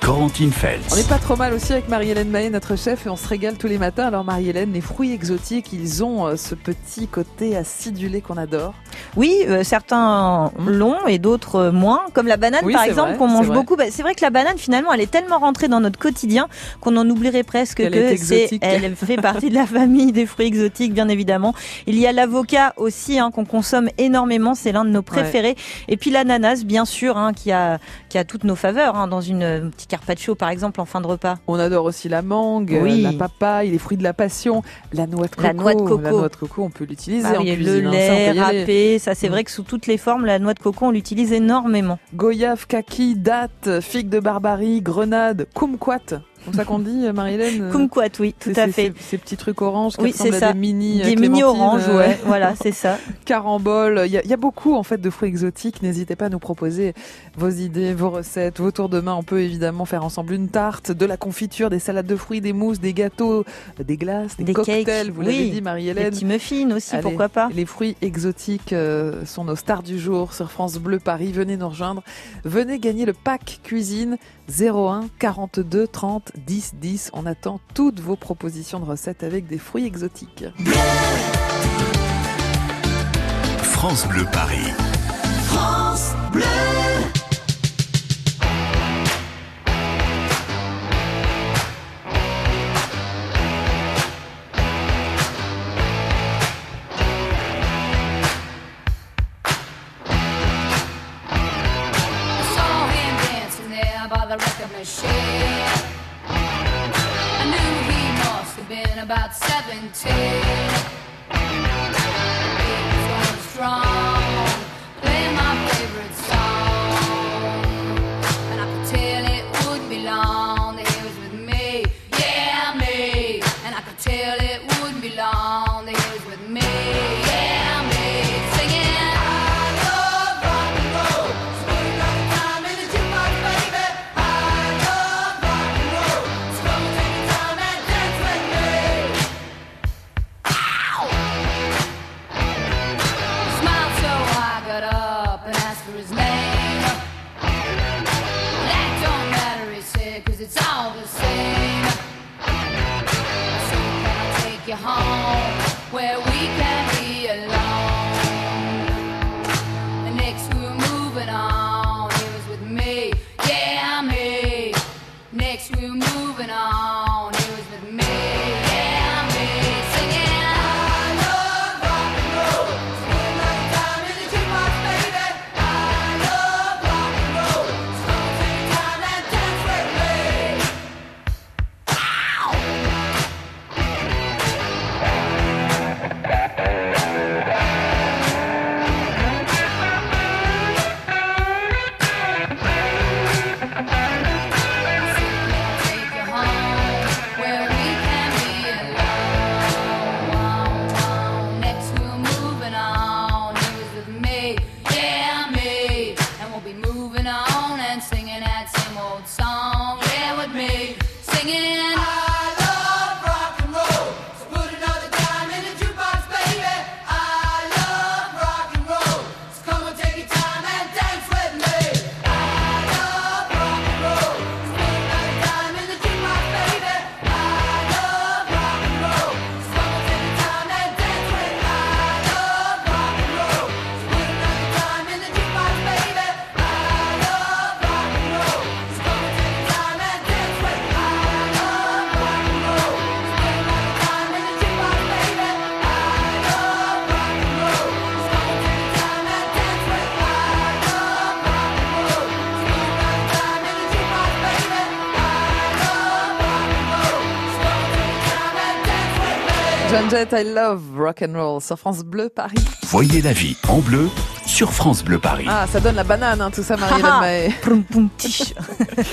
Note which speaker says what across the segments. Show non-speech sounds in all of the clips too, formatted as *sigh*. Speaker 1: Corentine Feltz.
Speaker 2: On n'est pas trop mal aussi avec Marie-Hélène Maé, notre chef, et on se régale tous les matins. Alors Marie-Hélène, les fruits exotiques, ils ont euh, ce petit côté acidulé qu'on adore.
Speaker 3: Oui, euh, certains l'ont et d'autres euh, moins, comme la banane
Speaker 2: Oui,
Speaker 3: par
Speaker 2: c'est
Speaker 3: exemple
Speaker 2: vrai,
Speaker 3: qu'on
Speaker 2: c'est
Speaker 3: mange
Speaker 2: vrai.
Speaker 3: beaucoup. Bah, c'est vrai que la banane finalement, elle est tellement rentrée dans notre quotidien qu'on en oublierait presque
Speaker 2: Qu'elle
Speaker 3: que
Speaker 2: est
Speaker 3: c'est
Speaker 2: exotique.
Speaker 3: elle fait partie de la famille des fruits exotiques bien évidemment. Il y a l'avocat aussi hein, qu'on consomme énormément, c'est l'un de nos préférés. Et puis l'ananas bien sûr hein, qui a qui a toutes nos faveurs hein, dans une euh, petite carpaccio par exemple en fin de repas.
Speaker 2: On adore aussi la mangue,
Speaker 3: Oui.
Speaker 2: euh, la papaye, les fruits de la passion, la noix de coco.
Speaker 3: La noix de coco.
Speaker 2: La noix de coco, on peut l'utiliser
Speaker 3: Ah
Speaker 2: en
Speaker 3: oui, et
Speaker 2: cuisine.
Speaker 3: le
Speaker 2: hein,
Speaker 3: lait
Speaker 2: ça, on peut y aller.
Speaker 3: râpé, ça c'est
Speaker 2: Mm.
Speaker 3: vrai que sous toutes les formes, la noix de coco on l'utilise énormément.
Speaker 2: Goyave, kaki, date, figue de Barbarie, grenade, kumquat. C'est comme ça qu'on dit, euh, Marie-Hélène
Speaker 3: Kumquat, oui, tout
Speaker 2: C'est-
Speaker 3: à
Speaker 2: c'est-
Speaker 3: fait.
Speaker 2: Ces, ces petits trucs oranges qui
Speaker 3: Oui,
Speaker 2: ressemblent
Speaker 3: c'est
Speaker 2: à
Speaker 3: ça.
Speaker 2: des mini euh,
Speaker 3: Des mini
Speaker 2: clémentines,
Speaker 3: oranges,
Speaker 2: euh,
Speaker 3: ouais, voilà, c'est ça.
Speaker 2: *laughs* caramboles. Il y, a- il y a beaucoup en fait de fruits exotiques. N'hésitez pas à nous proposer vos idées, vos recettes, vos tours de main. On peut évidemment faire ensemble une tarte, de la confiture, des salades de fruits, des mousses, des gâteaux, des glaces, des,
Speaker 3: Des
Speaker 2: cocktails.
Speaker 3: cakes,
Speaker 2: vous l'avez
Speaker 3: oui.
Speaker 2: dit,
Speaker 3: Les
Speaker 2: Marie-Hélène.
Speaker 3: petits muffins aussi,
Speaker 2: Allez.
Speaker 3: pourquoi pas.
Speaker 2: Les fruits exotiques euh, sont nos stars du jour sur France Bleu Paris. Venez nous rejoindre. Venez gagner le pack cuisine 01 42 30 10 10. On attend toutes vos propositions de recettes avec des fruits exotiques.
Speaker 1: France Bleu Paris.
Speaker 4: I saw him dancing there by the record machine. I knew he must have been about 17. He was going strong, playing my favorite song. And I could tell it wouldn't be long that he was with me. Yeah, me. And I could tell it wouldn't be long that he was with me. Yeah, me. Singing. I love rock and roll. It's rolling down the time in the jukebox, baby. I love rock and roll. It's rolling down the time and dance with me. Ow! Smiled so I got up and asked for his name. That don't matter, he said, cause it's all the same. So can I take you home where we can be alone? The next we were moving on, he was with me, yeah, me. Next we were moving on, he was with me, yeah, me. Singing, I love rock and roll. It's been a long time in the jukebox, baby. I love rock and roll. It's gonna take time and dance with me. Take you home where we can be alone. Next we're moving on. He was with me, yeah me, and we'll be moving on and singing that same old song. Yeah, with me singing. I love rock and roll. So put another dime in the jukebox, baby. I love rock and roll. So come and take your time and dance with me. I love rock and roll. So put another dime in the jukebox, baby. I love rock and roll. So come and take your time and dance with me. I love rock and roll. So put another dime in the jukebox, baby. I love rock and roll. So come and take your time and dance with me. I love rock and roll. So put another dime in the jukebox, baby. I love rock and roll. So come and take your time and dance with me. I love rock and roll. So put another dime in the jukebox, baby. I love rock and roll. So come and take your time and dance with me.
Speaker 2: John Jett, I love rock and roll sur France Bleu Paris.
Speaker 1: Voyez la vie en bleu sur France Bleu Paris.
Speaker 2: Ah, ça donne la banane, hein, tout ça, Marie-Hélène
Speaker 3: Ah ah.
Speaker 2: Maé.
Speaker 3: Proum, *laughs* poum, tiche.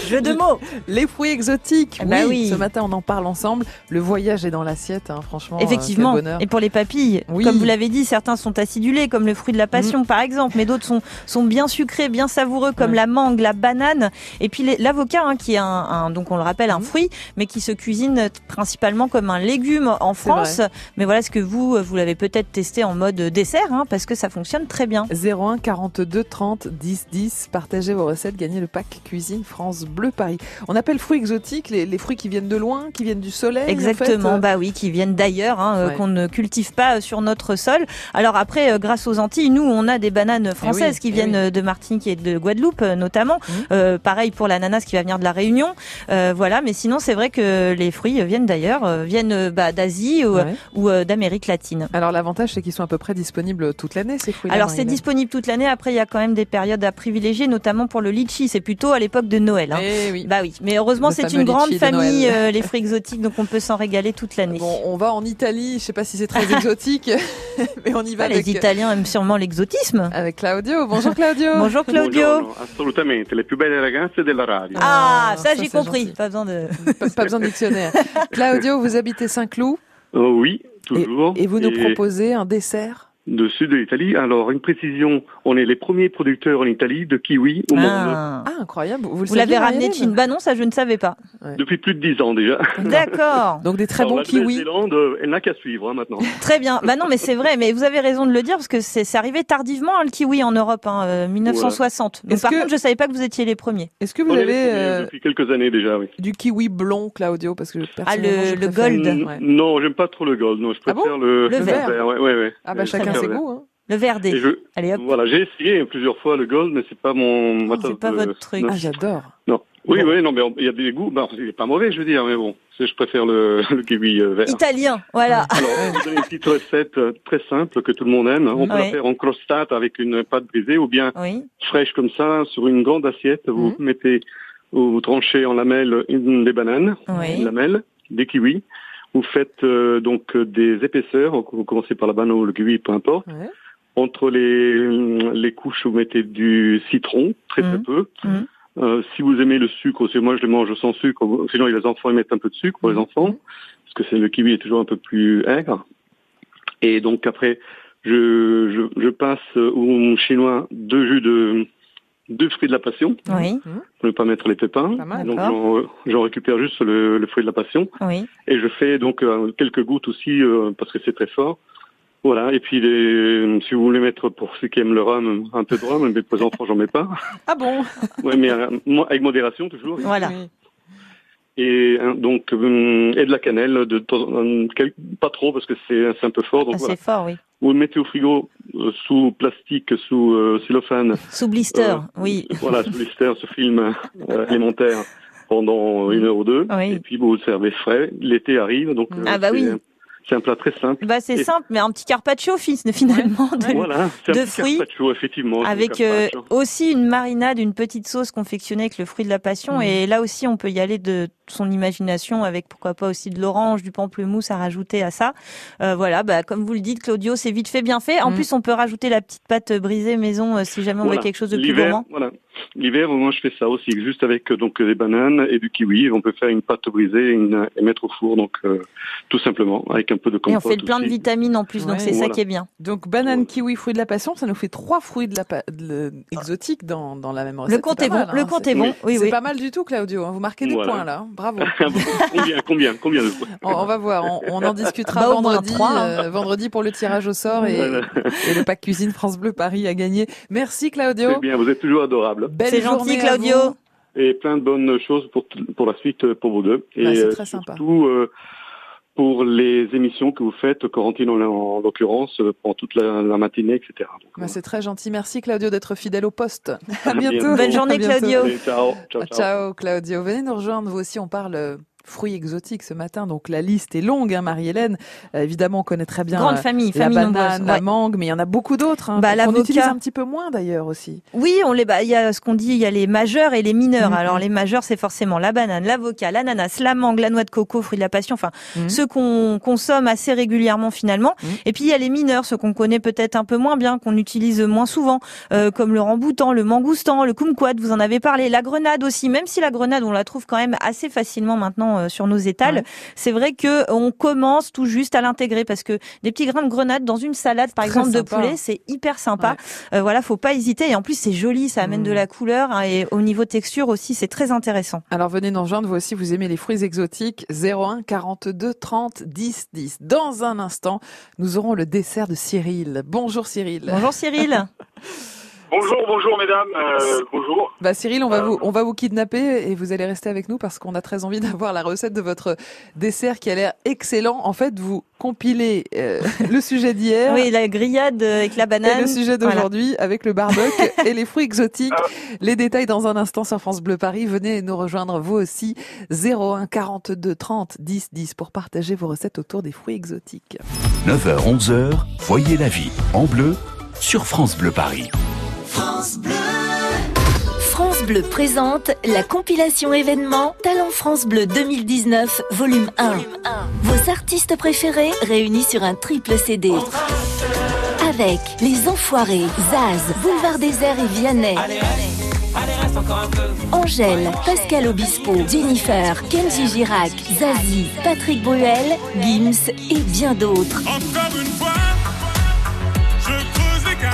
Speaker 3: Jeu de mots.
Speaker 2: Les fruits exotiques,
Speaker 3: Eh ben
Speaker 2: oui,
Speaker 3: oui.
Speaker 2: Ce matin, on en parle ensemble. Le voyage est dans l'assiette, hein, franchement. euh,
Speaker 3: Effectivement.
Speaker 2: quel bonheur.
Speaker 3: Et pour les papilles,
Speaker 2: Oui. Mm.
Speaker 3: comme vous l'avez dit, certains sont acidulés, comme le fruit de la passion par exemple, mais d'autres sont, sont bien sucrés, bien savoureux, comme
Speaker 2: Mm.
Speaker 3: la mangue, la banane, et puis les- l'avocat, hein, qui est un, un- donc on le rappelle, un
Speaker 2: Mm.
Speaker 3: fruit, mais qui se cuisine principalement comme un légume en
Speaker 2: C'est vrai.
Speaker 3: France. Mais voilà ce que vous, vous l'avez peut-être testé en mode dessert, hein, parce que ça fonctionne très bien.
Speaker 2: 01 42 30 10 10. Partagez vos recettes, gagnez le pack cuisine France Bleu Paris. On appelle fruits exotiques les, les fruits qui viennent de loin, qui viennent du soleil.
Speaker 3: Exactement,
Speaker 2: en fait. euh
Speaker 3: bah oui, qui viennent d'ailleurs, hein, euh,
Speaker 2: Ouais.
Speaker 3: qu'on ne cultive pas euh, sur notre sol. Alors après, euh, grâce aux Antilles, nous, on a des bananes françaises
Speaker 2: oui,
Speaker 3: qui
Speaker 2: eh
Speaker 3: viennent
Speaker 2: oui. Mmh.
Speaker 3: euh, de Martinique et de Guadeloupe, euh, notamment. Euh, pareil pour l'ananas qui va venir de la Réunion. Euh, voilà, mais sinon, c'est vrai que les fruits euh, viennent d'ailleurs, euh, viennent euh, bah, d'Asie ou,
Speaker 2: Ouais.
Speaker 3: ou, euh, d'Amérique latine.
Speaker 2: Alors l'avantage c'est qu'ils sont à peu près disponibles toute l'année ces fruits.
Speaker 3: Alors c'est
Speaker 2: disponible.
Speaker 3: disponible toute l'année. Après, il y a quand même des périodes à privilégier, notamment pour le litchi. C'est plutôt à l'époque de Noël. hein.
Speaker 2: Eh oui.
Speaker 3: Bah oui, mais heureusement
Speaker 2: Le
Speaker 3: c'est
Speaker 2: fameux
Speaker 3: une grande
Speaker 2: litchi de Noël.
Speaker 3: famille, euh,
Speaker 2: *laughs*
Speaker 3: les fruits exotiques, donc on peut s'en régaler toute l'année.
Speaker 2: Bon, on va en Italie. Je sais pas si c'est très exotique, *laughs* mais on y va
Speaker 3: Ah,
Speaker 2: avec,
Speaker 3: les
Speaker 2: euh,
Speaker 3: Italiens aiment sûrement l'exotisme.
Speaker 2: avec Claudio. Bonjour Claudio.
Speaker 3: Bonjour Claudio.
Speaker 5: Buongiorno, assolutamente, le più belle ragazze della radio.
Speaker 3: Ah,
Speaker 2: Ah,
Speaker 3: ça,
Speaker 2: ça,
Speaker 3: j'ai
Speaker 2: c'est
Speaker 3: compris.
Speaker 2: gentil.
Speaker 3: Pas besoin de.
Speaker 2: Pas, pas besoin de
Speaker 3: *laughs*
Speaker 2: dictionnaire. Claudio, vous habitez Saint-Cloud
Speaker 5: Oh oui, toujours.
Speaker 2: et vous nous proposez un dessert.
Speaker 5: De sud de l'Italie. Alors, une précision, on est les premiers producteurs en Italie de kiwi au monde.
Speaker 3: Ah.
Speaker 2: Ah incroyable. Vous, le
Speaker 3: Vous
Speaker 2: saviez,
Speaker 3: l'avez ramené de Chine.
Speaker 2: Marianne
Speaker 3: Bah non, ça je ne savais pas.
Speaker 5: Depuis plus de dix ans déjà.
Speaker 3: D'accord.
Speaker 2: Donc des très
Speaker 5: Alors,
Speaker 2: bons
Speaker 5: la
Speaker 2: kiwis.
Speaker 5: Nouvelle-Zélande, euh, elle n'a qu'à suivre hein, maintenant.
Speaker 3: Très bien. Bah non, mais c'est vrai. Mais vous avez raison de le dire parce que c'est c'est arrivé tardivement hein, le kiwi en Europe, hein, euh, 1960. Donc
Speaker 2: Est-ce
Speaker 3: par
Speaker 2: que-
Speaker 3: contre, je savais pas que vous étiez les premiers.
Speaker 2: Est-ce que vous
Speaker 5: on est les
Speaker 2: avez
Speaker 5: premiers
Speaker 2: euh,
Speaker 5: depuis quelques années déjà, oui.
Speaker 2: du kiwi blond, Claudio Parce que personnellement,
Speaker 3: Ah, le-
Speaker 2: je
Speaker 3: le
Speaker 2: préfère-
Speaker 3: gold.
Speaker 5: Mm,
Speaker 2: Ouais.
Speaker 5: Non, j'aime pas trop le gold. Non, je
Speaker 2: Ah bon
Speaker 5: préfère le,
Speaker 3: Le
Speaker 2: vert.
Speaker 5: ouais, ouais, ouais.
Speaker 2: Ah bah
Speaker 5: Je
Speaker 2: chacun
Speaker 5: préfère
Speaker 2: ses
Speaker 5: le-
Speaker 2: goûts. hein.
Speaker 3: Le
Speaker 5: Et
Speaker 3: verdé.
Speaker 5: je-
Speaker 3: Allez hop.
Speaker 5: voilà, j'ai essayé plusieurs fois le gold, mais c'est pas mon. ma
Speaker 3: c'est
Speaker 5: tasse
Speaker 3: pas
Speaker 5: de-
Speaker 3: votre truc.
Speaker 5: Non.
Speaker 2: Ah j'adore.
Speaker 5: Non. Oui,
Speaker 2: Bon.
Speaker 5: oui, non, mais on- il y a des goûts. Bah, il est pas mauvais, je veux dire, mais bon, c'est- je préfère le, *laughs* le kiwi euh, vert.
Speaker 3: Italien. Voilà.
Speaker 5: *laughs* Alors, je vais vous donner une petite recette euh, très simple que tout le monde aime. On peut
Speaker 3: Ouais.
Speaker 5: la faire en crostate avec une pâte brisée ou bien
Speaker 3: Oui. Mhm.
Speaker 5: fraîche comme ça sur une grande assiette. Vous mettez ou vous tranchez en lamelles une des bananes,
Speaker 3: Oui.
Speaker 5: une lamelle, des kiwis. Vous faites euh, donc euh, des épaisseurs. Donc, Vous commencez par la banane ou le kiwi, peu importe.
Speaker 2: Ouais.
Speaker 5: Entre les, euh, les couches, vous mettez du citron, très très
Speaker 3: Mhm.
Speaker 5: peu.
Speaker 3: Mhm.
Speaker 5: Euh, si vous aimez le sucre, aussi, moi je le mange sans sucre, sinon les enfants ils mettent un peu de sucre pour les
Speaker 2: Mhm.
Speaker 5: enfants, parce que c'est le kiwi est toujours un peu plus aigre. Et donc après, je, je, je passe euh, au chinois deux jus de deux fruits de la passion,
Speaker 3: Oui.
Speaker 5: pour ne pas mettre les pépins.
Speaker 2: Pas mal.
Speaker 5: Donc
Speaker 3: D'accord.
Speaker 5: j'en- j'en récupère juste le, le fruit de la passion.
Speaker 3: hein. Oui.
Speaker 5: Et je fais donc euh, quelques gouttes aussi euh, parce que c'est très fort. Voilà, et puis les- si vous voulez mettre pour ceux qui aiment le rhum, un peu de rhum, mais pour les enfants j'en mets
Speaker 3: *laughs*
Speaker 5: pas.
Speaker 2: Ah bon
Speaker 5: Ouais, mais euh, moi, avec modération toujours.
Speaker 3: Voilà.
Speaker 2: Oui.
Speaker 5: Et hein, donc hum, et de la cannelle, de temps- hum, quel- pas trop parce que c'est c'est un peu fort. Donc
Speaker 3: Ah,
Speaker 5: voilà.
Speaker 3: c'est fort, oui.
Speaker 5: Vous le mettez au frigo euh, sous plastique, sous euh, cellophane.
Speaker 3: Sous blister.
Speaker 5: Euh,
Speaker 3: Oui.
Speaker 5: Voilà, sous blister, ce film euh, élémentaire pendant une heure ou deux.
Speaker 3: Oui.
Speaker 5: Et puis vous le servez frais. L'été arrive, donc euh,
Speaker 3: Ah, bah
Speaker 5: c'est-
Speaker 3: oui.
Speaker 5: C'est un plat très simple.
Speaker 3: Bah c'est
Speaker 5: Et-
Speaker 3: simple, mais un petit carpaccio fils finalement. de-
Speaker 5: *laughs* Voilà, c'est
Speaker 3: De
Speaker 5: un petit
Speaker 3: fruits.
Speaker 5: carpaccio, effectivement. c'est un
Speaker 3: Avec euh,
Speaker 5: carpaccio.
Speaker 3: aussi une marinade, une petite sauce confectionnée avec le fruit de la passion.
Speaker 2: Mhm.
Speaker 3: Et là aussi, on peut y aller de son imagination avec pourquoi pas aussi de l'orange, du pamplemousse à rajouter à ça. Euh, voilà, bah, comme vous le dites, Claudio, c'est vite fait, bien fait. En
Speaker 2: Mhm.
Speaker 3: plus, on peut rajouter la petite pâte brisée maison euh, si jamais on
Speaker 5: Voilà.
Speaker 3: veut quelque chose de plus
Speaker 5: L'hiver,
Speaker 3: gourmand.
Speaker 5: Voilà. L'hiver, moi, je fais ça aussi, juste avec euh, donc des bananes et du kiwi. On peut faire une pâte brisée et, une- et mettre au four, donc euh, tout simplement, avec un peu de
Speaker 3: Et on
Speaker 5: compote.
Speaker 3: fait le plein de
Speaker 5: aussi. *laughs*
Speaker 3: vitamines en plus, donc
Speaker 2: Ouais.
Speaker 3: c'est ça
Speaker 5: Voilà.
Speaker 3: qui est bien.
Speaker 2: Donc banane, kiwi, fruit de la passion, ça nous fait trois fruits de la pa- de- exotiques dans, dans la même recette.
Speaker 3: Le compte
Speaker 2: C'est
Speaker 3: est
Speaker 2: pas
Speaker 3: bon,
Speaker 2: mal,
Speaker 3: le
Speaker 2: hein.
Speaker 3: compte
Speaker 2: C'est-
Speaker 3: est bon. Oui,
Speaker 2: c'est
Speaker 3: oui.
Speaker 2: pas mal du tout, Claudio. hein. Vous marquez des
Speaker 5: Voilà.
Speaker 2: points là. hein.
Speaker 5: *laughs*
Speaker 2: Bravo.
Speaker 5: Ah combien, combien, combien de fois
Speaker 2: On, on va voir. On, on en discutera
Speaker 3: Bah, au moins
Speaker 2: vendredi.
Speaker 3: trois, hein.
Speaker 2: euh, vendredi pour le tirage au sort et,
Speaker 5: Voilà.
Speaker 2: et le pack cuisine France Bleu Paris a gagné. Merci
Speaker 5: C'est
Speaker 2: Claudio.
Speaker 5: Eh bien, vous êtes toujours adorable.
Speaker 2: Belle
Speaker 3: C'est gentil,
Speaker 2: journée à
Speaker 3: Claudio.
Speaker 2: vous.
Speaker 5: Et plein de bonnes choses pour, t- pour la suite, euh, pour vous deux. Et
Speaker 2: Bah, c'est
Speaker 5: euh,
Speaker 2: très sympa.
Speaker 5: surtout euh, pour les émissions que vous faites, Corentine en, en l'occurrence, euh, pendant toute la, la matinée, etc. Donc,
Speaker 2: Bah,
Speaker 5: voilà.
Speaker 2: c'est très gentil. Merci Claudio d'être fidèle au poste. À
Speaker 5: À
Speaker 2: bientôt.
Speaker 5: bientôt.
Speaker 3: Bonne journée,
Speaker 2: À bientôt.
Speaker 3: Claudio.
Speaker 5: Allez, ciao, ciao,
Speaker 2: Ah,
Speaker 5: ciao.
Speaker 2: Ciao Claudio, venez nous rejoindre, vous aussi on parle euh, fruits exotiques ce matin, donc la liste est longue hein, Marie-Hélène, Euh, évidemment on connaît très bien
Speaker 3: Grande
Speaker 2: euh,
Speaker 3: famille,
Speaker 2: la
Speaker 3: famille
Speaker 2: banane,
Speaker 3: nombreuse.
Speaker 2: la
Speaker 3: Ouais.
Speaker 2: mangue, mais il y en a beaucoup d'autres, hein,
Speaker 3: Bah,
Speaker 2: qu'on
Speaker 3: l'avocat.
Speaker 2: utilise un petit peu moins d'ailleurs aussi.
Speaker 3: Oui, on les, bah, il y a ce qu'on dit, il y a les majeurs et les mineurs.
Speaker 2: Mhm.
Speaker 3: Alors les majeurs, c'est forcément la banane, l'avocat, l'ananas, la mangue, la noix de coco, fruit de la passion. Enfin,
Speaker 2: Mhm.
Speaker 3: ceux qu'on consomme assez régulièrement finalement.
Speaker 2: Mhm.
Speaker 3: Et puis il y a les mineurs, ceux qu'on connaît peut-être un peu moins bien, qu'on utilise moins souvent, euh, comme le ramboutan, le mangoustan, le kumquat. Vous en avez parlé. La grenade aussi, même si la grenade, on la trouve quand même assez facilement maintenant euh, sur nos étals.
Speaker 2: Ouais.
Speaker 3: C'est vrai que on commence tout juste à l'intégrer parce que des petits grains de grenade dans une salade, par
Speaker 2: Très
Speaker 3: exemple, de
Speaker 2: sympa, hein.
Speaker 3: poulet, c'est hyper sympa. Euh, voilà, faut pas hésiter. Et en plus, c'est joli, ça amène
Speaker 2: Mm.
Speaker 3: de la couleur hein, et au niveau texture aussi, c'est très intéressant.
Speaker 2: Alors venez nous rejoindre, vous aussi vous aimez les fruits exotiques 01 42 30 10 10. Dans un instant, nous aurons le dessert de Cyril. Bonjour Cyril.
Speaker 3: Bonjour Cyril.
Speaker 6: Bonjour, bonjour mesdames, euh, bonjour. Euh.
Speaker 2: Bah Cyril, on va vous on va vous kidnapper et vous allez rester avec nous parce qu'on a très envie *laughs* d'avoir la recette de votre dessert qui a l'air excellent. En fait, vous compilez euh, *laughs* le sujet d'hier
Speaker 3: oui, la grillade euh, avec la
Speaker 2: et
Speaker 3: banane.
Speaker 2: le sujet d'aujourd'hui avec le barbecue
Speaker 3: *laughs*
Speaker 2: et les fruits exotiques.
Speaker 6: Ah.
Speaker 2: Les détails dans un instant sur France Bleu Paris. Venez nous rejoindre vous aussi 01 42 30 10 10 pour partager vos recettes autour des fruits exotiques.
Speaker 1: 9h, 11h, voyez la vie en bleu sur France Bleu Paris.
Speaker 7: France Bleu présente la compilation événement Talent France Bleu 2019, volume 1. Vos artistes préférés réunis sur un triple CD. Avec Les Enfoirés, Zaz, Boulevard Désert et Vianney. Angèle, Pascal Obispo, Jennifer, Kenji Girac, Zazie, Patrick Bruel, Gims et bien d'autres.
Speaker 8: Encore une fois, je creuse les cartes.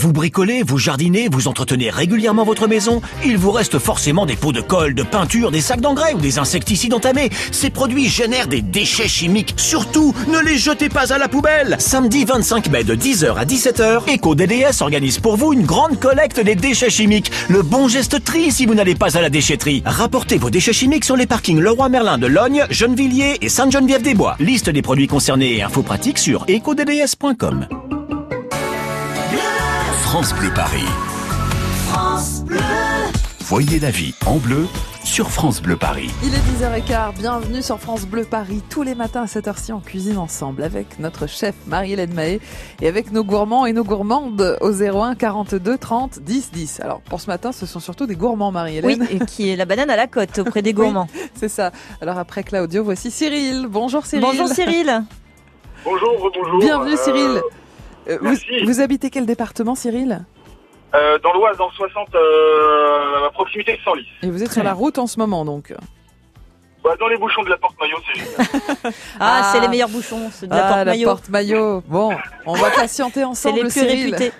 Speaker 9: Vous bricolez, vous jardinez, vous entretenez régulièrement votre maison, il vous reste forcément des pots de colle, de peinture, des sacs d'engrais ou des insecticides entamés. Ces produits génèrent des déchets chimiques. Surtout, ne les jetez pas à la poubelle. Samedi 25 mai de 10h à 17h, EcoDDS organise pour vous une grande collecte des déchets chimiques. Le bon geste tri si vous n'allez pas à la déchetterie. Rapportez vos déchets chimiques sur les parkings Leroy Merlin de Logne, Gennevilliers et Sainte-Geneviève-des-Bois. Liste des produits concernés et infos pratiques sur ecodds.com.
Speaker 1: France Bleu Paris. Voyez la vie en bleu sur France Bleu Paris.
Speaker 2: Il est 10h15, bienvenue sur France Bleu Paris. Tous les matins à cette heure-ci, on cuisine ensemble avec notre chef Marie-Hélène Mahé et avec nos gourmands et nos gourmandes au 01 42 30 10 10. Alors pour ce matin, ce sont surtout des gourmands
Speaker 3: Oui,
Speaker 2: Marie-Hélène,
Speaker 3: et qui est la banane à la côte auprès
Speaker 2: *laughs*
Speaker 3: des gourmands.
Speaker 2: c'est ça. Alors après Claudio, voici Cyril. Bonjour Cyril.
Speaker 3: Bonjour Cyril.
Speaker 6: *laughs* Bonjour, rebonjour.
Speaker 2: Bienvenue
Speaker 6: Euh,
Speaker 2: Cyril. Euh, vous,
Speaker 6: merci.
Speaker 2: vous habitez quel département Cyril
Speaker 6: euh, dans l'Oise, dans le 60, euh, à proximité de Senlis.
Speaker 2: Et vous êtes sur la route en ce moment donc.
Speaker 6: Bah, dans les bouchons de la porte maillot, c'est génial.
Speaker 3: Ah,
Speaker 2: Ah.
Speaker 3: c'est les meilleurs bouchons, c'est de la
Speaker 2: Ah,
Speaker 3: porte
Speaker 2: la
Speaker 3: maillot.
Speaker 2: porte maillot. Bon, on va patienter
Speaker 3: *laughs* C'est
Speaker 2: ensemble
Speaker 3: les plus
Speaker 2: Cyril.
Speaker 3: réputés.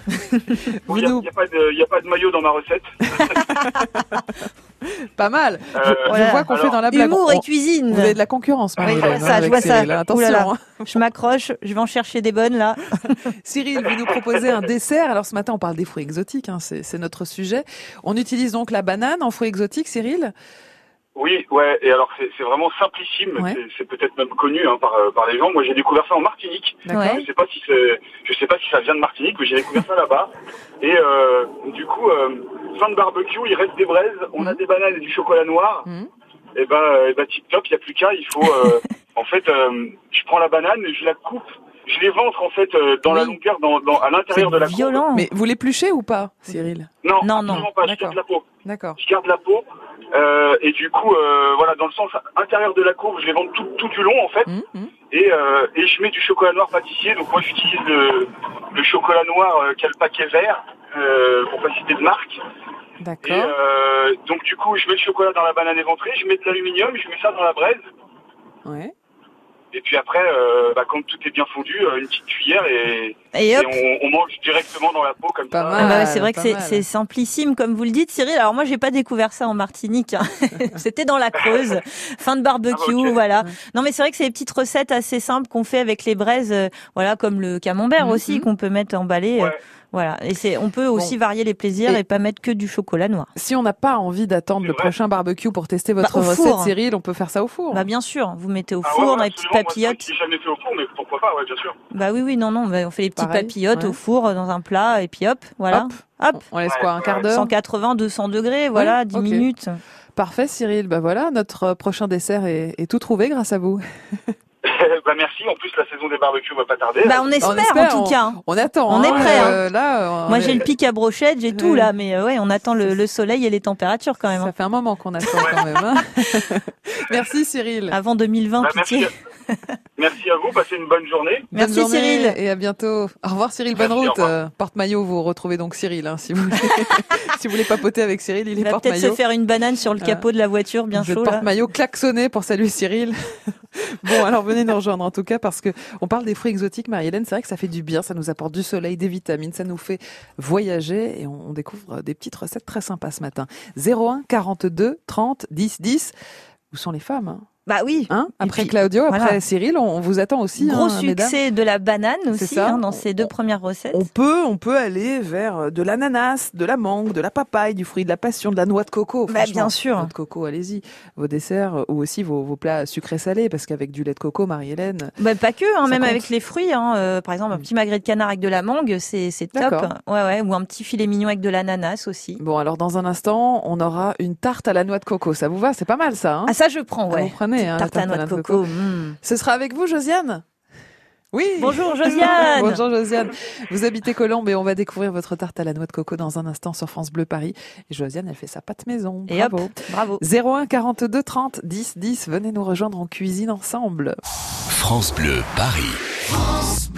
Speaker 6: Bon,
Speaker 2: Vous
Speaker 6: Il n'y a,
Speaker 2: nous-
Speaker 6: il y a pas de- il y a pas de maillot dans ma recette.
Speaker 2: Pas mal.
Speaker 6: Euh,
Speaker 2: Je
Speaker 3: Voilà.
Speaker 2: vois qu'on fait
Speaker 6: Alors,
Speaker 2: dans la blague.
Speaker 3: Humour et
Speaker 2: On-
Speaker 3: cuisine.
Speaker 2: Vous avez de la concurrence,
Speaker 3: Oui,
Speaker 2: Marie-Hélène.
Speaker 3: je vois Ah, ça,
Speaker 2: avec
Speaker 3: je vois ça.
Speaker 2: Cyril, hein.
Speaker 3: Ouh là là.
Speaker 2: Attention. hein.
Speaker 3: Je m'accroche, je vais en chercher des bonnes là.
Speaker 2: *laughs* Cyril, vous nous proposez un dessert. Alors ce matin, on parle des fruits exotiques. hein, C'est c'est notre sujet. On utilise donc la banane en fruits exotiques, Cyril.
Speaker 6: Oui, ouais, et alors c'est c'est vraiment simplissime,
Speaker 2: Ouais.
Speaker 6: c'est- c'est peut-être même connu hein, par, euh, par les gens. Moi j'ai découvert ça en Martinique.
Speaker 3: Ouais.
Speaker 6: Je sais pas si c'est- je sais pas si ça vient de Martinique, mais j'ai découvert
Speaker 2: *laughs*
Speaker 6: ça là-bas. Et euh, du coup, euh, fin de barbecue, il reste des braises, on a
Speaker 2: Mhm.
Speaker 6: des bananes et du chocolat noir.
Speaker 2: Mhm.
Speaker 6: Et ben, euh, et ben tip top, il n'y a plus qu'à. Il faut,
Speaker 2: *laughs*
Speaker 6: euh, en fait, euh, je prends la banane, je la coupe, je l'éventre en fait euh, dans la
Speaker 2: Oui.
Speaker 6: longueur, dans, dans- à l'intérieur de la courbe.
Speaker 3: violent.
Speaker 2: Mais vous l'épluchez ou pas, Cyril
Speaker 6: Non,
Speaker 3: Non,
Speaker 6: non,
Speaker 3: non,
Speaker 6: non, pas. Je
Speaker 2: d'accord.
Speaker 6: garde la peau.
Speaker 2: D'accord.
Speaker 6: Je garde la peau. euh, et du coup, euh, voilà, dans le sens intérieur de la courbe, je l'éventre tout, tout du long en fait.
Speaker 2: Hum, hum.
Speaker 6: Et, euh, et je mets du chocolat noir pâtissier. Donc moi j'utilise le, le chocolat noir euh, qui a le paquet vert, euh, pour pas citer de marque. Et
Speaker 2: D'accord.
Speaker 6: euh, donc du coup je mets le chocolat dans la banane éventrée, je mets de l'aluminium, je mets ça dans la braise.
Speaker 2: Ouais.
Speaker 6: Et puis après, euh, bah, quand tout est bien fondu, euh, une petite cuillère et,
Speaker 3: Et
Speaker 6: et
Speaker 3: hop.
Speaker 6: on, on mange directement dans la peau comme
Speaker 2: Pas
Speaker 6: ça.
Speaker 2: mal.
Speaker 3: Ah bah ouais, c'est vrai que
Speaker 2: pas
Speaker 3: c'est
Speaker 2: mal.
Speaker 3: c'est simplissime comme vous le dites Cyril. Alors moi j'ai pas découvert ça en Martinique. hein. *laughs* C'était dans la Creuse. Fin de barbecue,
Speaker 6: Ah, ok.
Speaker 3: voilà.
Speaker 2: Ouais.
Speaker 3: Non mais c'est vrai que c'est des petites recettes assez simples qu'on fait avec les braises, euh, voilà comme le camembert
Speaker 2: Mhm.
Speaker 3: aussi qu'on peut mettre emballé, euh,
Speaker 6: Ouais.
Speaker 3: voilà. Et c'est on peut aussi varier les plaisirs
Speaker 2: Et-
Speaker 3: et, pas mettre que du chocolat noir.
Speaker 2: Si on n'a pas envie d'attendre le
Speaker 6: Ouais.
Speaker 2: prochain barbecue pour tester votre
Speaker 3: Bah, au
Speaker 2: recette,
Speaker 3: four.
Speaker 2: Cyril, on peut faire ça au four.
Speaker 3: Bah bien sûr, vous mettez au
Speaker 6: Ah ouais,
Speaker 3: four
Speaker 6: ouais,
Speaker 3: dans les petites
Speaker 6: absolument. Moi, c'est vrai que
Speaker 3: papillotes.
Speaker 6: J'ai jamais fait au four, mais pourquoi pas, ouais, bien sûr.
Speaker 3: Bah oui oui non non, bah, on fait les petites
Speaker 2: Pareil,
Speaker 3: papillotes
Speaker 2: ouais.
Speaker 3: au four euh, dans un plat et puis hop, voilà.
Speaker 2: Hop.
Speaker 3: Hop.
Speaker 2: On laisse quoi un quart d'heure
Speaker 3: 180 200 degrés, voilà, 10
Speaker 2: ok.
Speaker 3: minutes.
Speaker 2: Parfait, Cyril. Bah voilà, notre prochain dessert est, est tout trouvé grâce à vous.
Speaker 6: bah merci, en plus la saison des barbecues va pas tarder.
Speaker 3: Bah on espère,
Speaker 2: espère,
Speaker 3: en tout cas. hein.
Speaker 2: On attend.
Speaker 3: On est
Speaker 2: hein,
Speaker 3: prêt,
Speaker 2: euh, là, on
Speaker 3: Moi,
Speaker 2: est-
Speaker 3: j'ai le pic à brochette, j'ai tout
Speaker 2: Ouais.
Speaker 3: là, mais euh, ouais, on attend le, le soleil et les températures quand même. hein.
Speaker 6: *laughs*
Speaker 2: Ça fait un moment qu'on attend quand même. hein. Merci Cyril.
Speaker 3: Avant 2020,
Speaker 6: Bah, merci,
Speaker 3: pitié.
Speaker 6: Merci à vous, passez une bonne journée.
Speaker 3: Merci,
Speaker 2: Bonne journée
Speaker 3: Cyril.
Speaker 2: Et à bientôt. Au revoir Cyril, bonne
Speaker 6: Merci, au
Speaker 2: route.
Speaker 6: revoir.
Speaker 2: Euh, porte-maillot, vous retrouvez donc Cyril. hein, si, vous voulez, *laughs* si vous voulez papoter avec Cyril, il
Speaker 3: Il
Speaker 2: est
Speaker 3: va peut-être se
Speaker 2: porte-maillot. Euh,
Speaker 3: faire une banane sur le
Speaker 2: Voilà.
Speaker 3: capot de la voiture, bien
Speaker 2: Vous êtes
Speaker 3: chaud là.
Speaker 2: porte-maillot klaxonné pour
Speaker 3: *laughs*
Speaker 2: saluer Cyril. bon, alors venez nous rejoindre en tout cas parce que on parle des fruits exotiques, Marie-Hélène. C'est vrai que ça fait du bien, ça nous apporte du soleil, des vitamines, ça nous fait voyager et on, on découvre des petites recettes très sympas ce matin. 01 42 30 10 10. Où sont les femmes hein
Speaker 3: Bah oui.
Speaker 2: Hein
Speaker 3: Et
Speaker 2: Après
Speaker 3: puis,
Speaker 2: Claudio, après
Speaker 3: voilà.
Speaker 2: Cyril, on, on vous attend aussi.
Speaker 3: Gros
Speaker 2: hein, mesdames.
Speaker 3: succès de la banane
Speaker 2: C'est
Speaker 3: aussi
Speaker 2: ça.
Speaker 3: hein, dans
Speaker 2: On-
Speaker 3: ces deux premières recettes.
Speaker 2: On peut, on peut aller vers euh, de l'ananas, de la mangue, de la papaye, du fruit de la passion, de la noix de coco.
Speaker 3: Bah,
Speaker 2: franchement.
Speaker 3: bien sûr.
Speaker 2: Noix de coco, allez-y. Vos desserts euh, ou aussi vos, vos plats sucrés-salés, parce qu'avec du lait de coco, Marie-Hélène.
Speaker 3: Bah, pas que, hein,
Speaker 2: Ça
Speaker 3: même
Speaker 2: compte. Mm.
Speaker 3: avec les fruits. Hein, euh, par exemple, un petit magret de canard avec de la mangue, c'est c'est top.
Speaker 2: D'accord.
Speaker 3: Ouais, ouais, ou un petit filet mignon avec de l'ananas aussi.
Speaker 2: Bon, alors dans un instant, on aura une tarte à la noix de coco. Ça vous va C'est pas mal ça. Hein
Speaker 3: Ah ça, je prends,
Speaker 2: Vous
Speaker 3: ouais.
Speaker 2: prenez hein, la
Speaker 3: Tarte à noix de coco. mm.
Speaker 2: Ce sera avec vous, Josiane Oui.
Speaker 3: Bonjour,
Speaker 2: *laughs*
Speaker 3: Josiane.
Speaker 2: Bonjour Josiane. Vous habitez Colombes et on va découvrir votre tarte à la noix de coco dans un instant sur France Bleu Paris. Et Josiane, elle fait sa pâte maison.
Speaker 3: Et
Speaker 2: Bravo.
Speaker 3: hop, bravo.
Speaker 2: 01 42 30 10 10. Venez nous rejoindre en cuisine ensemble.
Speaker 1: France Bleu Paris.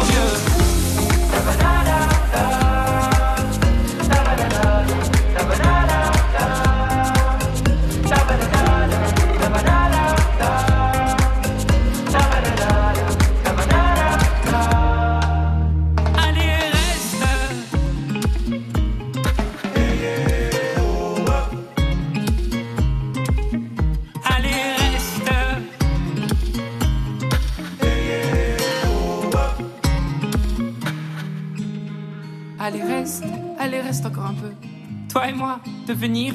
Speaker 10: mieux.
Speaker 11: Allez, reste. Allez, reste. Allez, reste. Allez, reste encore un peu. Toi et moi, devenir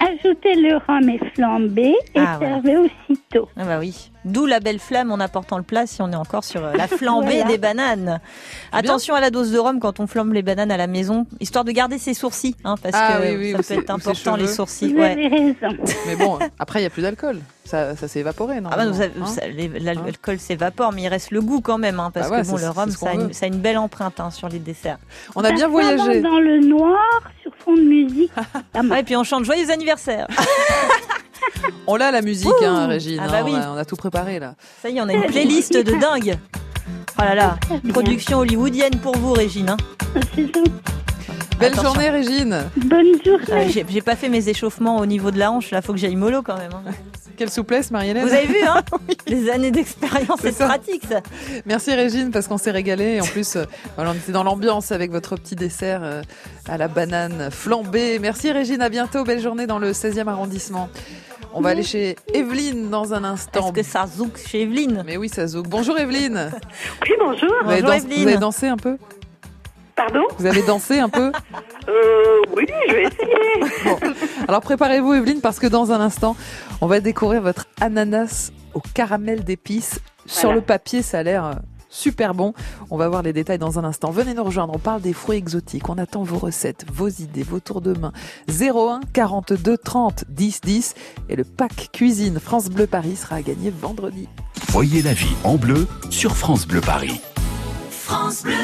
Speaker 12: Ajoutez Ajoutez le rhum et flambé et
Speaker 3: Ah, voilà.
Speaker 12: servez aussitôt.
Speaker 3: Ah bah oui. D'où la belle flamme en apportant le plat si on est encore sur euh, la flambée
Speaker 12: Voilà.
Speaker 3: des bananes. Attention à la dose de rhum quand on flambe les bananes à la maison, histoire de garder ses sourcils, hein, parce
Speaker 2: Ah
Speaker 3: que
Speaker 2: oui, oui,
Speaker 3: ça
Speaker 2: ou
Speaker 3: peut
Speaker 2: ses-
Speaker 3: être
Speaker 2: ou ses
Speaker 3: important les
Speaker 2: cheveux.
Speaker 3: sourcils.
Speaker 2: Vous
Speaker 3: ouais.
Speaker 2: avez Mais bon, *laughs* hein. après, il n'y a plus d'alcool. Ça, ça s'est évaporé, non
Speaker 3: Ah bah, vous avez- ça- les- l'alcool s'évapore, mais il reste le goût quand même, hein, parce
Speaker 2: Bah ouais,
Speaker 3: que bon,
Speaker 2: c'est-
Speaker 3: le rhum,
Speaker 2: c'est ce qu'on
Speaker 3: ça a,
Speaker 2: veut.
Speaker 3: une, ça a une belle empreinte hein, sur les desserts.
Speaker 12: Ça flambe Dans le noir, sur fond de
Speaker 3: *laughs*
Speaker 12: musique.
Speaker 3: et puis on chante joyeux
Speaker 12: *laughs*
Speaker 3: anniversaire.
Speaker 2: On l'a, la musique,
Speaker 3: Ouh.
Speaker 2: hein, Régine.
Speaker 3: Ah bah
Speaker 2: hein,
Speaker 3: oui.
Speaker 2: on, a, on a tout préparé, là.
Speaker 3: Ça y est, on a une playlist de dingue. Oh là là, production hollywoodienne pour vous, Régine. hein.
Speaker 2: Belle
Speaker 3: Attention.
Speaker 2: journée, Régine.
Speaker 12: Bonne
Speaker 3: Ah, j'ai- J'ai pas fait mes échauffements au niveau de la hanche, là, faut que j'aille mollo quand même. hein.
Speaker 2: Quelle souplesse, Marie-Hélène.
Speaker 3: Vous avez vu,
Speaker 2: *laughs*
Speaker 3: hein Les années d'expérience, c'est pratique, ça.
Speaker 2: Merci Régine parce qu'on s'est régalé. En plus, euh, voilà, on était dans l'ambiance avec votre petit dessert euh, à la banane flambée. Merci Régine, à bientôt. Belle journée dans le 16e arrondissement. On va aller chez Evelyne dans un instant. Est-ce que
Speaker 3: ça zouk chez Evelyne
Speaker 2: Mais oui, ça zouk. Bonjour Evelyne.
Speaker 12: Oui, bonjour.
Speaker 2: Vous avez,
Speaker 12: Bonjour,
Speaker 2: dansé-
Speaker 12: Evelyne.
Speaker 2: vous avez dansé un peu
Speaker 12: Pardon
Speaker 2: Vous avez dansé un peu
Speaker 12: Euh, oui, je vais essayer.
Speaker 2: Alors préparez-vous Evelyne parce que dans un instant, on va découvrir votre ananas au caramel d'épices. Sur
Speaker 12: Voilà.
Speaker 2: le papier, ça a l'air euh, super bon. On va voir les détails dans un instant. Venez nous rejoindre, on parle des fruits exotiques, on attend vos recettes, vos idées, vos tours de main. 01 42 30 10 10 et le pack cuisine France Bleu Paris sera à gagner vendredi.
Speaker 1: Voyez la vie en bleu sur France Bleu Paris.
Speaker 7: France Bleu.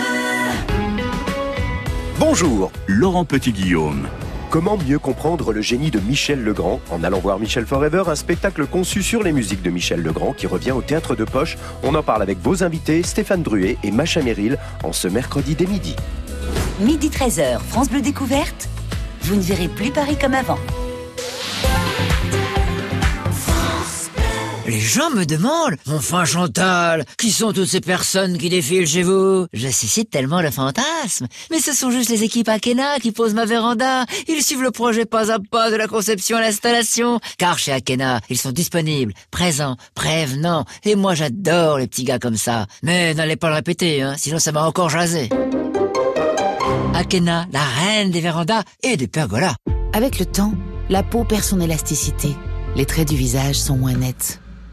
Speaker 13: Bonjour
Speaker 1: Laurent Petit-Guillaume.
Speaker 13: Comment mieux comprendre le génie de Michel Legrand En allant voir Michel Forever, un spectacle conçu sur les musiques de Michel Legrand qui revient au Théâtre de Poche. On en parle avec vos invités Stéphane Druet et Macha Merrill en ce mercredi dès midi.
Speaker 7: Midi 13h, France Bleu Découverte. Vous ne verrez plus Paris comme avant.
Speaker 14: Les gens me demandent, enfin Chantal, qui sont toutes ces personnes qui défilent chez vous Je suscite tellement le fantasme. Mais ce sont juste les équipes Akena qui posent ma véranda. Ils suivent le projet pas à pas de la conception à l'installation. Car chez Akena, ils sont disponibles, présents, prévenants. Et moi j'adore les petits gars comme ça. Mais n'allez pas le répéter, hein, sinon ça m'a encore jasé. Akena, la reine des vérandas et des pergolas.
Speaker 15: Avec le temps, la peau perd son élasticité. Les traits du visage sont moins nets.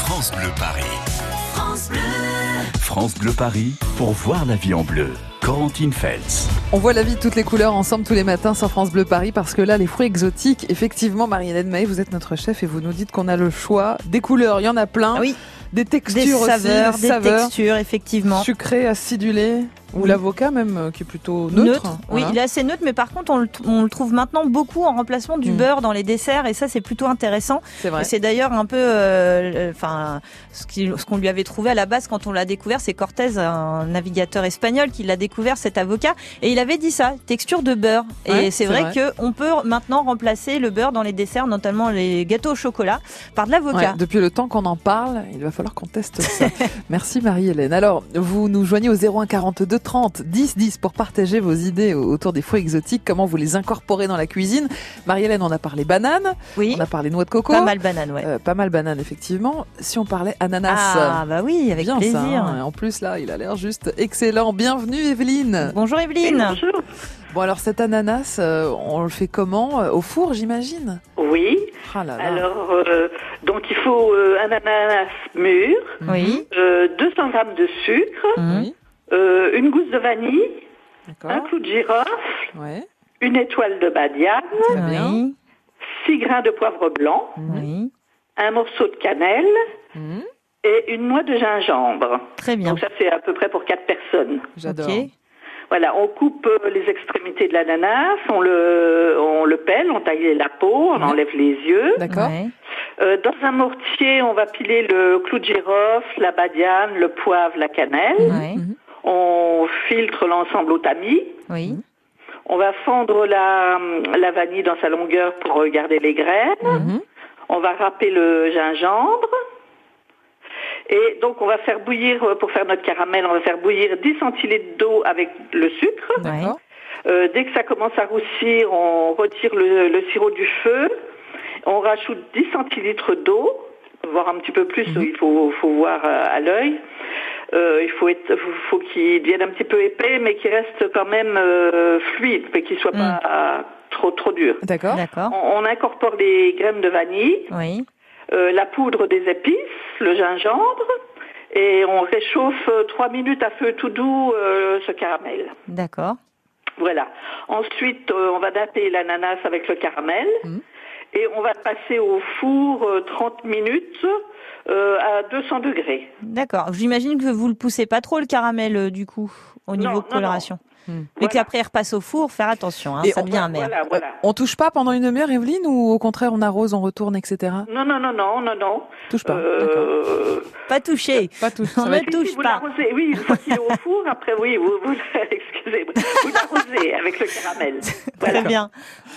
Speaker 1: France Bleu Paris. France Bleu. Paris pour voir la vie en bleu. Corentine Feltz.
Speaker 2: On voit la vie de toutes les couleurs ensemble tous les matins sur France Bleu Paris parce que là, les fruits exotiques, effectivement, Marie-Hélène Maé, vous êtes notre chef et vous nous dites qu'on a le choix des couleurs. Il y en a plein.
Speaker 3: Ah Oui.
Speaker 2: Des textures
Speaker 3: Des
Speaker 2: aussi,
Speaker 3: saveurs, des
Speaker 2: saveurs.
Speaker 3: textures, effectivement.
Speaker 2: Sucré, acidulé, ou
Speaker 3: Oui.
Speaker 2: l'avocat même, euh, qui est plutôt neutre. Hein.
Speaker 3: Oui,
Speaker 2: Voilà.
Speaker 3: il est assez neutre, mais par contre, on le, t- on le trouve maintenant beaucoup en remplacement du beurre dans les desserts, et ça, c'est plutôt intéressant.
Speaker 2: Mm. C'est vrai.
Speaker 3: Et C'est d'ailleurs un peu, euh, le- enfin, ce qu'il- ce qu'on lui avait trouvé à la base quand on l'a découvert, c'est Cortés, un navigateur espagnol, qui l'a découvert cet avocat, et il avait dit ça, texture de beurre.
Speaker 2: Ouais,
Speaker 3: et c'est
Speaker 2: c'est
Speaker 3: vrai,
Speaker 2: vrai.
Speaker 3: que on peut maintenant remplacer le beurre dans les desserts, notamment les gâteaux au chocolat, par de l'avocat.
Speaker 2: Ouais, depuis le temps qu'on en parle, il va falloir qu'on teste
Speaker 3: *laughs*
Speaker 2: ça. Merci Marie-Hélène. Alors, vous nous joignez au 01 42 30 10 10 pour partager vos idées au- autour des fruits exotiques, comment vous les incorporez dans la cuisine. Marie-Hélène, on a parlé banane, on a parlé noix de coco. Euh,
Speaker 3: Pas mal banane, ouais.
Speaker 2: pas mal banane, effectivement. Si on parlait ananas.
Speaker 3: Ah, bah oui, avec
Speaker 2: Bien ça,
Speaker 3: plaisir.
Speaker 2: hein. En plus, là, il a l'air juste excellent. Bienvenue Evelyne.
Speaker 3: Bonjour Evelyne.
Speaker 2: Bonjour. Bon, alors cet ananas, euh, on le fait comment Au four, j'imagine
Speaker 16: Oui.
Speaker 2: Ah là là.
Speaker 16: Alors, euh, donc il faut euh, un ananas mûr,
Speaker 2: Mhm.
Speaker 3: Oui.
Speaker 16: euh, 200 grammes de sucre,
Speaker 3: Hmm.
Speaker 16: euh, une gousse de vanille, un clou de girofle, une étoile de badiane, 6 grains de poivre blanc, un morceau de cannelle et une noix de gingembre.
Speaker 3: Hmm. Très bien.
Speaker 16: Donc ça c'est à peu près pour 4 personnes.
Speaker 2: J'adore.
Speaker 16: Voilà, on coupe euh, les extrémités de l'ananas, on le, on le pèle, on taille la peau, on enlève les yeux.
Speaker 2: D'accord.
Speaker 16: Euh, dans un mortier, on va piler le clou de girofle, la badiane, le poivre, la cannelle.
Speaker 2: Mhm.
Speaker 16: On filtre l'ensemble au tamis.
Speaker 3: Oui. Hmm.
Speaker 16: On va fendre la, la vanille dans sa longueur pour euh, garder les graines. On va râper le gingembre. Et donc, on va faire bouillir, euh, pour faire notre caramel, on va faire bouillir 10 centilitres d'eau avec le sucre. Euh, dès que ça commence à roussir, on retire le, le sirop du feu. On rajoute 10 centilitres d'eau, voire un petit peu plus, il faut, faut voir euh, à l'œil. Euh, il faut, être- faut- faut qu'il devienne un petit peu épais, mais qu'il reste quand même euh, fluide, mais qu'il soit pas euh, trop trop dur.
Speaker 2: D'accord.
Speaker 16: On, on incorpore les graines de vanille,
Speaker 3: Oui.
Speaker 16: euh, la poudre des épices, le gingembre, et on réchauffe euh, trois minutes à feu tout doux euh, ce caramel.
Speaker 3: D'accord.
Speaker 16: Voilà. Ensuite, euh, on va dater l'ananas avec le caramel. Et on va le passer au four euh, 30 minutes euh, à 200 degrés.
Speaker 3: D'accord. J'imagine que vous le poussez pas trop le caramel euh, du coup au niveau coloration.
Speaker 2: Hmm.
Speaker 3: Mais qu'après il repasse au four, faire attention, hein,
Speaker 2: Et
Speaker 3: ça
Speaker 2: on-
Speaker 3: devient amer.
Speaker 16: Voilà, voilà.
Speaker 2: On touche pas pendant une heure, Evelyne, ou au contraire on arrose, on retourne, etc.
Speaker 16: Non, non, non, non, non, non. Euh,
Speaker 2: Touche pas.
Speaker 3: Pas touché. *laughs*
Speaker 2: Pas touché.
Speaker 3: On ne touche
Speaker 16: Si vous
Speaker 3: pas.
Speaker 16: l'arrosez, oui, une fois qu'il est au four, après, oui, vous, *laughs* vous, excusez-moi, vous l'arrosez avec le caramel.
Speaker 3: Très bien.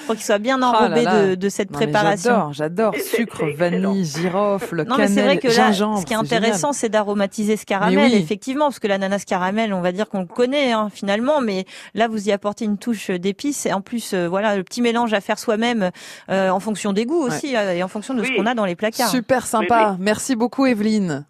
Speaker 3: Faut qu'il soit
Speaker 2: Oh
Speaker 3: bien enrobé de, de cette préparation.
Speaker 2: J'adore, j'adore. Sucre, vanille, girofle,
Speaker 3: Non, mais
Speaker 2: cannelle,
Speaker 3: c'est vrai que là,
Speaker 2: gingembre.
Speaker 3: ce qui est
Speaker 2: c'est génial.
Speaker 3: intéressant, c'est d'aromatiser ce caramel,
Speaker 2: Mais oui.
Speaker 3: effectivement, parce que l'ananas caramel, on va dire qu'on le connaît hein, finalement, mais là, vous y apportez une touche euh, d'épices et en plus, euh, voilà, le petit mélange à faire soi-même euh, en fonction des goûts aussi euh, et en fonction de ce qu'on a dans les placards.
Speaker 2: Super sympa. Merci beaucoup, Evelyne.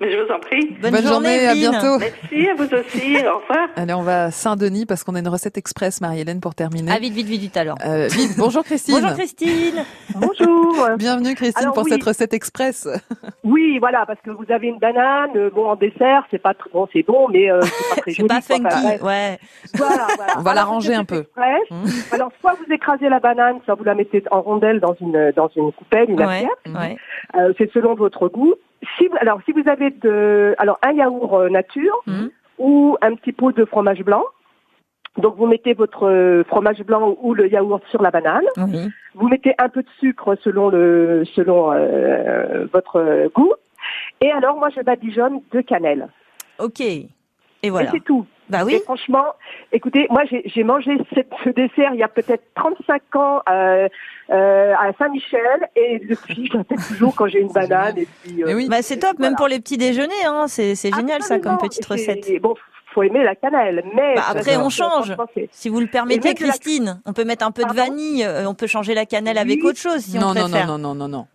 Speaker 16: Mais je vous en prie.
Speaker 2: Bonne, journée, à bientôt.
Speaker 16: Merci à vous
Speaker 2: *laughs*
Speaker 16: aussi. Au revoir.
Speaker 2: Allez, on va à Saint-Denis parce qu'on a une recette express, Marie-Hélène, pour terminer.
Speaker 3: Ah, vite, vite, vite, vite alors.
Speaker 2: Euh, vite. Bonjour Christine.
Speaker 3: Bonjour Christine.
Speaker 17: Bonjour.
Speaker 2: Bienvenue Christine
Speaker 17: Alors,
Speaker 2: pour
Speaker 17: oui.
Speaker 2: cette recette express. *laughs*
Speaker 17: Oui, voilà, parce que vous avez une banane, euh, bon, en dessert, c'est pas très bon, c'est bon, mais euh,
Speaker 2: *laughs*
Speaker 17: c'est pas très joli.
Speaker 2: pas
Speaker 17: quoi, enfin,
Speaker 2: funky,
Speaker 17: bref.
Speaker 3: ouais.
Speaker 17: Voilà, voilà.
Speaker 2: *laughs* On va
Speaker 17: Alors,
Speaker 2: l'arranger
Speaker 17: c'est
Speaker 2: un peu. Hum.
Speaker 17: fraîche. *laughs* Alors, soit vous écrasez la banane, soit vous la mettez en rondelle dans une, dans une coupelle, une
Speaker 3: Ouais,
Speaker 17: assiette.
Speaker 3: ouais.
Speaker 17: Euh, c'est selon votre goût. Si, vous- alors, si vous avez de, alors, un yaourt euh, nature
Speaker 2: Hum.
Speaker 17: ou un petit pot de fromage blanc, donc vous mettez votre euh, fromage blanc ou le yaourt sur la banane. Vous mettez un peu de sucre selon le selon euh, votre euh, goût. Et alors moi je badigeonne de cannelle.
Speaker 3: Ok. Et voilà.
Speaker 17: Et c'est tout.
Speaker 3: Bah oui.
Speaker 17: Et franchement, écoutez, moi j'ai j'ai mangé *laughs* cette- ce dessert il y a peut-être 35 ans euh, euh, à Saint-Michel et depuis *laughs* je le fais toujours quand j'ai une banane et puis. euh,
Speaker 3: Bah, c'est top, même pour les petits déjeuners, hein, c'est c'est génial ça comme petite recette.
Speaker 17: Bon, faut aimer la cannelle, mais
Speaker 3: Bah,
Speaker 17: parce
Speaker 3: après
Speaker 17: que
Speaker 3: on change.
Speaker 17: franchement, c'est-
Speaker 3: Si vous le
Speaker 17: Et
Speaker 3: permettez,
Speaker 17: mettre de la-
Speaker 3: Christine, on peut mettre un peu de vanille, euh, on peut changer la cannelle avec autre chose si on
Speaker 2: non, non,
Speaker 3: préfère.
Speaker 2: non, non, non, non, non.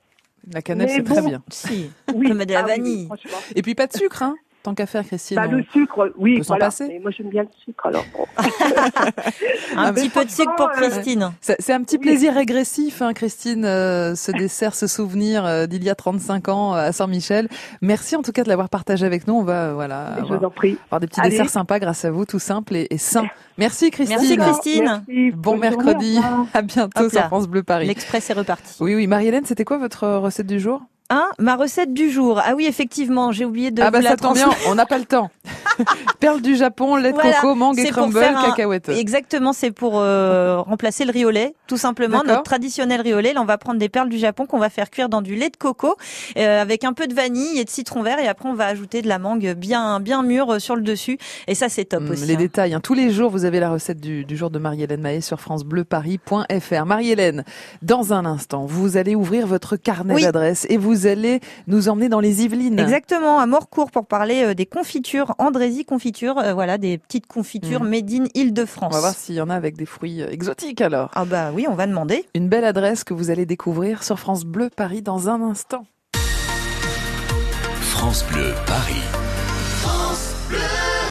Speaker 2: La cannelle,
Speaker 3: Mais
Speaker 2: c'est
Speaker 3: bon,
Speaker 2: très bien.
Speaker 3: Si, on peut mettre
Speaker 17: Ah
Speaker 3: de la vanille.
Speaker 2: Et puis pas de sucre, hein, tant qu'à faire, Christine.
Speaker 17: Bah,
Speaker 2: on-
Speaker 17: le sucre,
Speaker 2: on
Speaker 17: oui,
Speaker 2: peut s'en
Speaker 17: voilà.
Speaker 2: passer.
Speaker 17: Mais moi, j'aime bien le sucre, alors.
Speaker 3: *laughs*
Speaker 17: bon.
Speaker 3: Un
Speaker 2: Ah, mais
Speaker 3: petit peu de sucre
Speaker 2: franchement,
Speaker 3: pour
Speaker 2: euh,
Speaker 3: Christine.
Speaker 2: C'est c'est un petit plaisir régressif, hein, Christine, euh, ce dessert, ce souvenir euh, d'il y a 35 ans euh, à Saint-Michel. Merci en tout cas de l'avoir partagé avec nous. On va euh, voilà,
Speaker 17: Je vous
Speaker 2: avoir,
Speaker 17: en prie.
Speaker 2: avoir des petits
Speaker 17: Allez.
Speaker 2: desserts sympas grâce à vous, tout simple et, et sains. Merci Christine.
Speaker 3: Merci, Christine. Merci.
Speaker 2: Bon
Speaker 3: Bonne
Speaker 2: mercredi.
Speaker 3: journée, au revoir.
Speaker 2: À bientôt
Speaker 3: Hop là.
Speaker 2: sur France Bleu Paris.
Speaker 3: L'Express est reparti.
Speaker 2: Oui, oui. Marie-Hélène, c'était quoi votre recette du jour
Speaker 3: Hein, ma recette du jour. Ah oui, effectivement, j'ai oublié de
Speaker 2: Ah
Speaker 3: vous
Speaker 2: bah
Speaker 3: la
Speaker 2: ça tombe bien,
Speaker 3: transmettre.
Speaker 2: on n'a pas le
Speaker 3: *laughs*
Speaker 2: temps. Perles du Japon, lait de
Speaker 3: Voilà,
Speaker 2: coco, mangue et
Speaker 3: c'est pour
Speaker 2: crumble,
Speaker 3: faire un-
Speaker 2: cacahuètes.
Speaker 3: Exactement, c'est pour euh, remplacer le riz au lait, tout simplement,
Speaker 2: D'accord.
Speaker 3: notre traditionnel riz au lait. Là, on va prendre des perles du Japon qu'on va faire cuire dans du lait de coco euh, avec un peu de vanille et de citron vert. Et après, on va ajouter de la mangue bien bien mûre euh, sur le dessus. Et ça, c'est top
Speaker 2: Hum,
Speaker 3: aussi.
Speaker 2: Les
Speaker 3: hein.
Speaker 2: détails, hein. tous les jours, vous avez la recette du, du jour de Marie-Hélène Maé sur francebleuparis.fr. Marie-Hélène, dans un instant, vous allez ouvrir votre carnet
Speaker 3: Oui.
Speaker 2: d'adresses et vous allez nous emmener dans les Yvelines.
Speaker 3: Exactement, à Morcourt pour parler euh, des confitures, Andrézy confiture, euh, voilà, des petites confitures
Speaker 2: Mhm.
Speaker 3: made in Île-de-France.
Speaker 2: On va voir s'il y en a avec des fruits euh, exotiques alors.
Speaker 3: Ah bah oui, on va demander.
Speaker 2: Une belle adresse que vous allez découvrir sur France Bleu Paris dans un instant.
Speaker 1: France Bleu Paris. France Bleu.